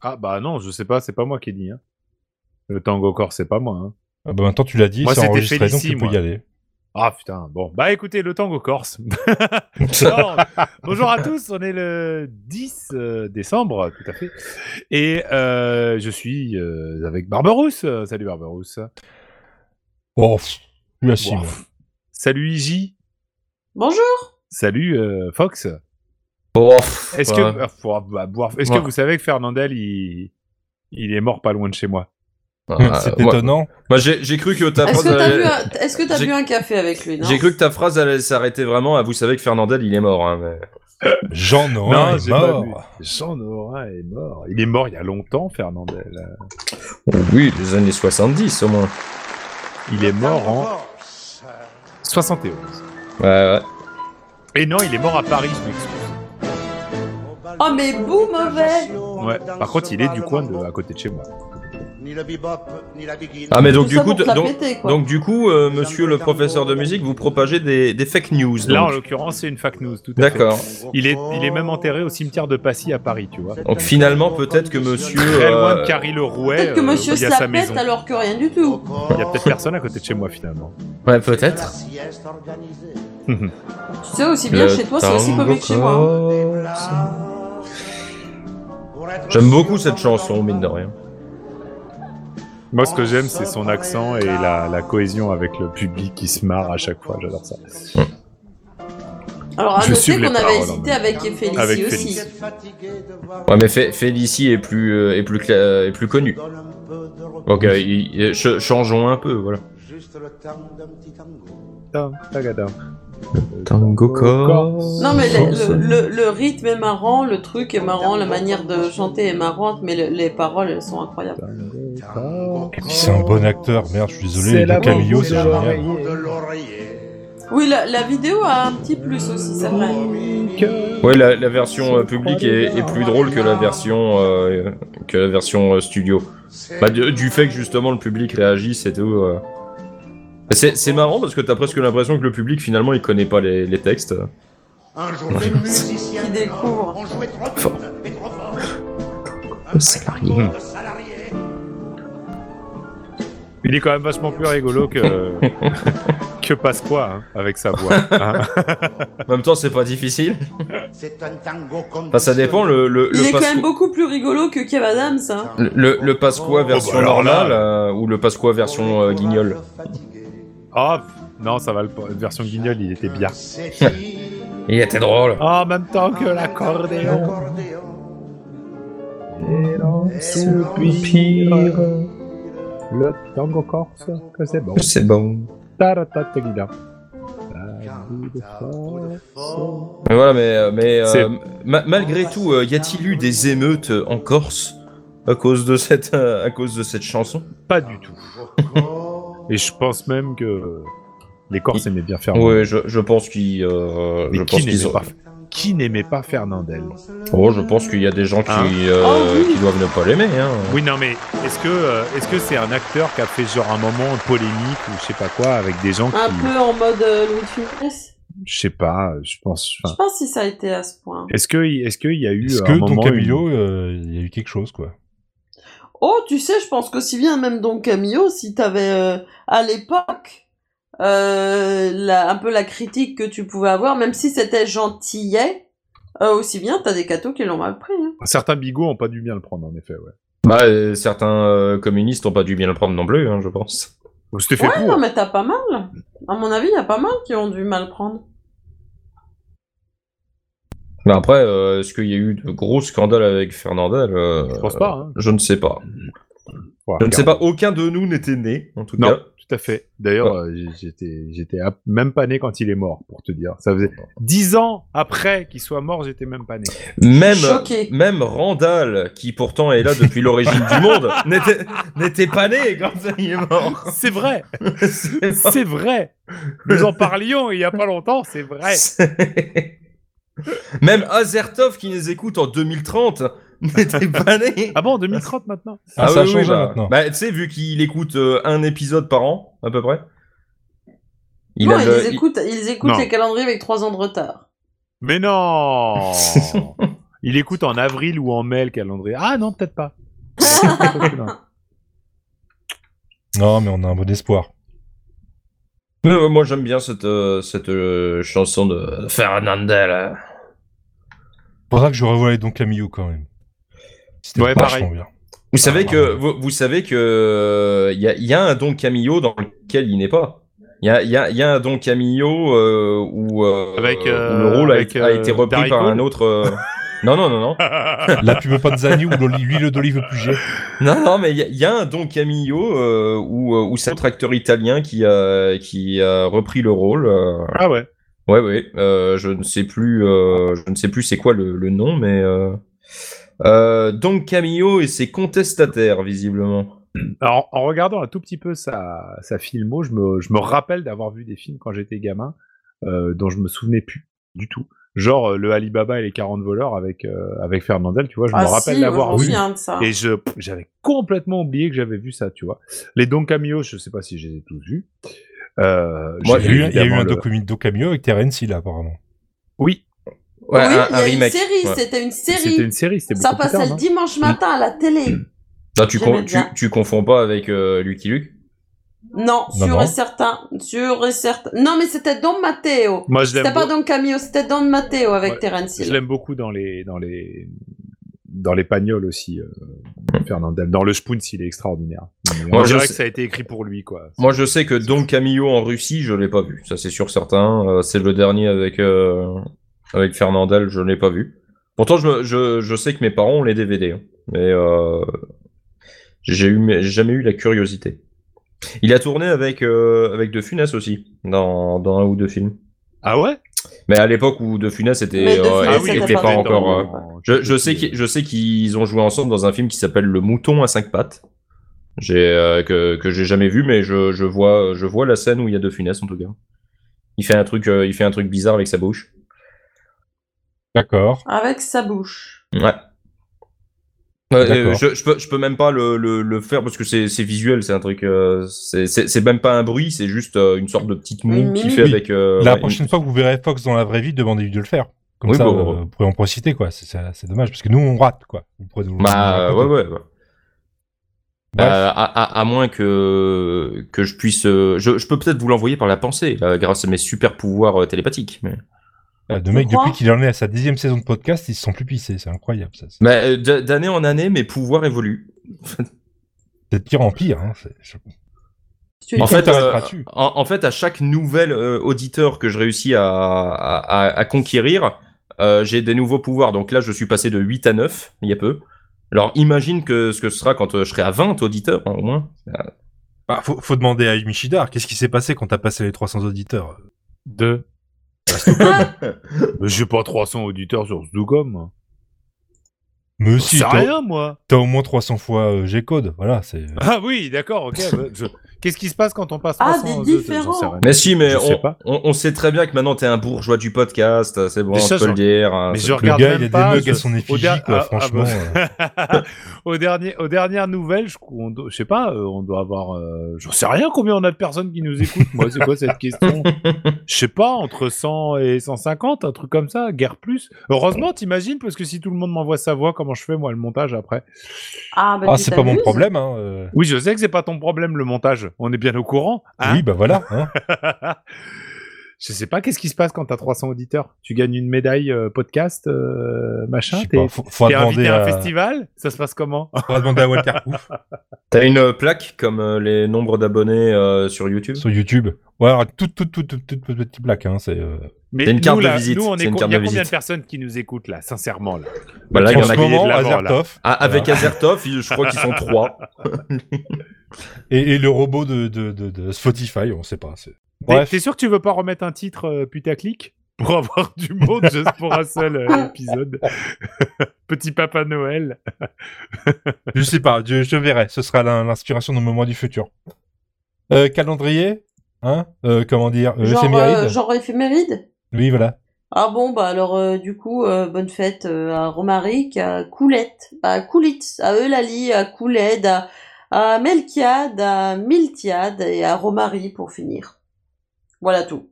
Ah bah non, je sais pas, c'est pas moi qui ai dit. Hein. Le tango corps, c'est pas moi. hein. Ah bah maintenant, tu l'as dit, Moi, c'est c'était enregistré, donc Félicie, tu peux moi. y aller. Ah putain, bon. Bah écoutez, le tango corse. Non, bonjour à tous, on est le 10 euh, décembre, tout à fait. Et euh, je suis euh, avec Barberousse. Euh, Salut Barberousse. Oh, pff, lui assis, Ouah. moi. Salut Iji. Bonjour Salut euh, Fox. Est-ce que, Ouais. euh, faut- bah, boire- est-ce Ouais. que vous savez que Fernandel, il... il est mort pas loin de chez moi Euh, Ah, C'est ouais. étonnant. Moi, j'ai j'ai cru que ta Est-ce phrase. que t'as allait- bu un, est-ce que t'as euh, J'ai- bu un café avec lui non J'ai cru que ta phrase allait s'arrêter vraiment à vous savez que Fernandel il est mort. Hein, mais- Jean Noël est j'ai pas mort. vu. Jean Nora est mort. Il est mort il y a longtemps, Fernandel. Oui, des années 70 au moins. Il est mort en 71. Ouais, ouais. Et non, il est mort à Paris, je m'excuse. Oh, mais boum, mauvais Ouais. Par contre, il est du coin de, à côté de chez moi. Ni le bebop, ni la biguine. Ah, mais donc Tout du ça coup, pour te la donc, péter, quoi. donc du coup, euh, monsieur le professeur de musique, vous propagez des, des fake news. Là, en donc. l'occurrence, c'est une fac news, tout à fait. D'accord. Il est, il est même enterré au cimetière de Passy à Paris, tu vois. Donc finalement, peut-être que monsieur. Très loin euh, de Carrie le Rouet. Peut-être que euh, monsieur où il y se a la sa pète maison. alors que rien du tout. Il y a peut-être personne à côté de chez moi, finalement. Ouais, Ah, peut-être. Tu sais, aussi bien Euh, Le chez toi, c'est aussi tango paumé que chez moi. hein. corse. J'aime beaucoup cette chanson, mine de rien. Moi, ce que j'aime, c'est son accent et la, la cohésion avec le public qui se marre à chaque fois. J'adore ça. Alors, à Ah, Je suis noter qu'on les avait paroles, hein, hésité en avec Félicie Avec aussi. Félicie. Ouais, mais Fé- Félicie est plus euh, est plus cla- est plus connue. Donc euh, il- il- ch- changeons un peu, voilà. Juste le temps d'un petit tango. Tam, tagada. Tango corse. Non, mais le, le- le- le rythme est marrant, le truc est marrant, la manière de chanter est marrante, mais le- les paroles, elles sont incroyables. Tango Puis c'est un bon acteur, merde, je suis désolé. Le Camillo, c'est génial. de l'oreiller. Oui, la, la vidéo a un petit plus aussi, c'est vrai. Ouais, la, la version euh, publique est, est plus drôle que la version euh, que la version euh, studio. Bah, de- du fait que justement le public réagisse et tout. euh. C'est c'est marrant parce que t'as presque l'impression que le public finalement il connaît pas les, les textes. Un jour, les musiciens Qui découvre. ont joué trop vite Fort. et trop fort. Le salarié. Hmm. Un tango de salarié. Il est quand même vachement plus rigolo que, que Pasqua, hein, avec sa voix. hein. En même temps, c'est pas difficile. C'est un tango Enfin, Bah, ça dépend le le Il le est quand pasqua- même beaucoup plus rigolo que Kev Adams, hein. le, le- le pasqua version bah alors là, normale euh, ou le pasqua version euh, guignol. Ah, pff, non, ça va, le po- version guignol, il était bien. Il était drôle. Ah, en même temps que l'accordéon. soupir. Le tango corse, que c'est bon. C'est bon. Taratateguida. Mais voilà, mais, euh, mais euh, C'est- ma- malgré tout, euh, y a-t-il eu des émeutes euh, en Corse à cause de cette, euh, à cause de cette chanson Pas du tout. Et je pense même que les Corses aimaient bien faire. Oui, je, je pense qu'ils, euh, Mais je qui pense qu'ils n'aimait ont- pas Qui n'aimait pas Fernandel Oh, je pense qu'il y a des gens qui, Hein euh, Oh oui. qui doivent ne pas l'aimer. Hein. Oui, non, mais est-ce que euh, est-ce que c'est un acteur qui a fait genre un moment polémique ou je sais pas quoi avec des gens qui, Un peu en mode euh, Louis de Funès. je sais pas, euh, je pense. Je enfin, Ah. pense si ça a été à ce point. Est-ce que est-ce qu'il y a eu Est-ce un que moment Don une- Camillo, euh, il y a eu quelque chose, quoi Oh, tu sais, je pense que si bien même Don Camillo, si t'avais euh, à l'époque euh, la- un peu la critique que tu pouvais avoir, même si c'était gentillet, euh, aussi bien t'as des cathos qui l'ont mal pris. hein. certains bigots ont pas dû bien le prendre en effet, ouais. Bah, euh, certains euh, communistes ont pas dû bien le prendre non plus, hein, je pense. Ou C'était fait Ouais, pour. non, mais t'as pas mal. À mon avis, il y a pas mal qui ont dû mal prendre. Mais après, euh, est-ce qu'il y a eu de gros scandales avec Fernandel euh, Je pense pas. Hein. Je ne sais pas. Faut Je ne sais regarder. pas. Aucun de nous n'était né, en tout Non. cas. Tout à fait. D'ailleurs, euh, j- j'étais j'étais à- même pas né quand il est mort, pour te dire. Ça faisait dix ans après qu'il soit mort, j'étais même pas né. Même, Choqué. même Randall, qui pourtant est là depuis l'origine du monde, n'était- n'était pas né quand il est mort. C'est vrai, C'est pas- c'est vrai. Nous en parlions il y a pas longtemps, c'est vrai. c'est- Même Azertov, qui nous écoute en 2030, n'était pas né. Ah bon, 2030 maintenant. Ah, ça a changé bah- maintenant. bah, tu sais, vu qu'il écoute euh, un épisode par an, à peu près. non, ils, le- écoutent, ils écoutent Non. les calendriers avec trois ans de retard. Mais non Il écoute en avril ou en mai le calendrier. Ah non, peut-être pas. Peut-être Non, mais on a un bon espoir. Euh, moi j'aime bien cette, euh, cette euh, chanson de Fernandel. hein. Faudra que je revoie donc Camillo quand même. C'était Ouais, vachement pareil. bien. Vous savez Ah, que vous, vous savez que il y a, il y a un Don Camillo dans lequel il n'est pas. Il y a, il y, a, il y a un Don Camillo euh, où, euh, Avec, où euh, le rôle a- avec, a, été euh, repris Darry par Cole un autre. euh, Non non non non pas. La pub Panzani ou l'oli- l'huile d'olive Puget. non non mais il y, a- il y a un Don Camillo euh, où, euh, où c'est un autre acteur italien qui a qui a repris le rôle. euh, ah ouais. Ouais, ouais. euh, je ne sais plus, euh, je ne sais plus c'est quoi le, le nom, mais euh, euh, Don Camillo et ses contestataires visiblement. Alors, en regardant un tout petit peu sa, sa filmo, je me, je me rappelle d'avoir vu des films quand j'étais gamin euh, dont je me souvenais plus du tout. Genre euh, le Alibaba et les 40 voleurs avec, euh, avec Fernandel, tu vois, je me rappelle Ah, si, l'avoir moi, hein. j'en vu. souviens de ça. Et je pff, j'avais complètement oublié que j'avais vu ça, tu vois. Les Don Camillo, je sais pas si je les ai tous vus. Euh, Moi, Il y a eu, j'ai il y a eu évidemment un le- docu- Docamillo avec Terence Hill apparemment. Oui, oui, Ouais, un, il un y a remake. une série, ouais. c'était une série. c'était une série, c'était Ça beaucoup plus passait tard. hein. Hmm. le non dimanche matin à la télé. Non, tu, J'aimais con- tu, bien. tu confonds pas avec euh, Lucky Luke. Non, Non, sûr non. et certain, sûr et certain. Non, mais c'était Don Matteo. Moi, je C'était l'aime pas beau- Don Camillo, c'était Don Matteo avec Ouais, Terence je Hill. l'aime beaucoup dans les dans les dans les pagnoles aussi. euh, Fernandel, dans le Spoons, il est extraordinaire. Mais Moi, on je dirait sais- que ça a été écrit pour lui, quoi. Moi, je sais que Don Camillo en Russie, je l'ai pas vu. Ça, c'est sûr certain. Euh, c'est le dernier avec euh, avec Fernandel, je l'ai pas vu. Pourtant, je, me- je, je sais que mes parents ont les DVD, hein. mais euh, j'ai eu mais j'ai jamais eu la curiosité. Il a tourné avec euh, avec De Funès aussi dans, dans un ou deux films. Ah ouais Ah Mais à l'époque où De Funès Mais était, De euh, Funès était- était était pas pas dedans. encore. euh, je, je sais qu'ils je sais qu'ils ont joué ensemble dans un film qui s'appelle Le Mouton à cinq pattes. J'ai euh, que que j'ai jamais vu mais je, je vois je vois la scène où il y a deux Funès en tout cas. Il fait un truc euh, il fait un truc bizarre avec sa bouche. D'accord. Avec sa bouche. Ouais. Ouais, Mm. D'accord. euh, je, je peux, je peux même pas le, le, le faire parce que c'est c'est visuel, c'est un truc. euh, c'est- c'est c'est même pas un bruit, c'est juste euh, une sorte de petite moue Une qu'il mimique. fait avec. euh, la ouais, prochaine une- fois que vous verrez Fox dans la vraie vie, demandez-lui de le faire. Comme Oui, ça, bah, euh, ouais. vous pourrez en profiter, quoi. C'est- C'est c'est dommage, parce que nous, on rate, quoi. Vous pourrez nous- nous Bah raconter. ouais, ouais, ouais. Bref. Euh, à, à- à moins que, que je puisse. euh, je, je peux peut-être vous l'envoyer par la pensée, là, grâce à mes super pouvoirs euh, télépathiques. Mais, euh, Ouais, le mec, crois Ah, depuis qu'il en est à sa dixième saison de podcast, ils se sont plus pissés. C'est incroyable, ça. C'est Mais, euh, d- d'année en année, mes pouvoirs évoluent. c'est de pire en pire. Hein. C'est- je- Tu es En fait, t'arrêteras euh, dessus. en, en fait, à chaque nouvel euh, auditeur que je réussis à, à, à- à conquérir, euh, j'ai des nouveaux pouvoirs. Donc là, je suis passé de 8 à 9, il y a peu. Alors imagine que ce que ce sera quand euh, je serai à 20 auditeurs, hein, au moins. Bah, faut, faut demander à Amy Shidar, qu'est-ce qui s'est passé quand t'as passé les 300 auditeurs Deux. Ah, Mais j'ai pas 300 auditeurs sur Zdugom. moi. Mais C'est si, t'as rien, moi. t'as au moins 300 fois euh, G-Code. Voilà, c'est... Ah oui, d'accord, ok. bah, je- Qu'est-ce qui se passe quand on passe Ah, 300 des j'en différents. sais rien. Mais si, mais Je on, sais pas. On, on sait très bien que maintenant t'es un bourgeois du podcast, euh, c'est bon, Mais ça, on peut j'en- le dire. hein, Mais c'est- je Le regarde gars, même il a des pas, mugs je- à son effigie, der- quoi, ah, ah, franchement. euh. bah- au dernier, aux dernières nouvelles, je, on do- je sais pas, euh, on doit avoir, euh, j'en sais rien combien on a de personnes qui nous écoutent. Moi, c'est quoi cette question Je sais pas, entre 100 et 150, un truc comme ça, guère plus. Heureusement, t'imagines, parce que si tout le monde m'envoie sa voix, comment je fais moi le montage après Ah, bah, Ah, tu c'est pas mon t'amuses. problème, hein. euh. Oui, je sais que c'est pas ton problème le montage. On est bien au courant. hein oui, bah voilà. Hein. je sais pas, qu'est-ce qui se passe quand t'as 300 auditeurs Tu gagnes une médaille euh, podcast, euh, Je machin sais T'es pas, faut, faut t'es demander invité à un à... festival Ça se passe comment faudra demander à Walter Proof T'as une euh, plaque comme euh, les nombres d'abonnés euh, sur YouTube sur YouTube. Ouais, alors, toute, toute, toute, toute, toute petite plaque, hein. C'est... euh, Mais C'est une carte nous, de là, visite, Nous, on est, c'est une co- carte il y a de combien de visite. personnes qui nous écoutent là, sincèrement là Bah là, il y en en ce a. qui est de moment, euh, l'avant, là. Azertov Ah, avec Voilà. Azertov, il- je crois qu'ils sont trois. et, et le robot de, de, de, de Spotify, on sait pas. c'est- T'es- Bref. T'es sûr que tu veux pas remettre un titre euh, putaclic pour avoir du monde juste pour un seul euh, épisode Petit Papa Noël. Je sais pas, je, je verrai. Ce sera l'in- l'inspiration de moment du futur. Euh, calendrier Hein Euh, Comment dire euh, Genre, éphéméride euh, genre éphéméride Oui, voilà. Ah bon, bah alors euh, du coup, euh, bonne fête euh, à Romaric, à Coulette, à Coulitz, à Eulalie, à Couled, à, à Melchiade, à Miltiade et à Romari pour finir. Voilà tout.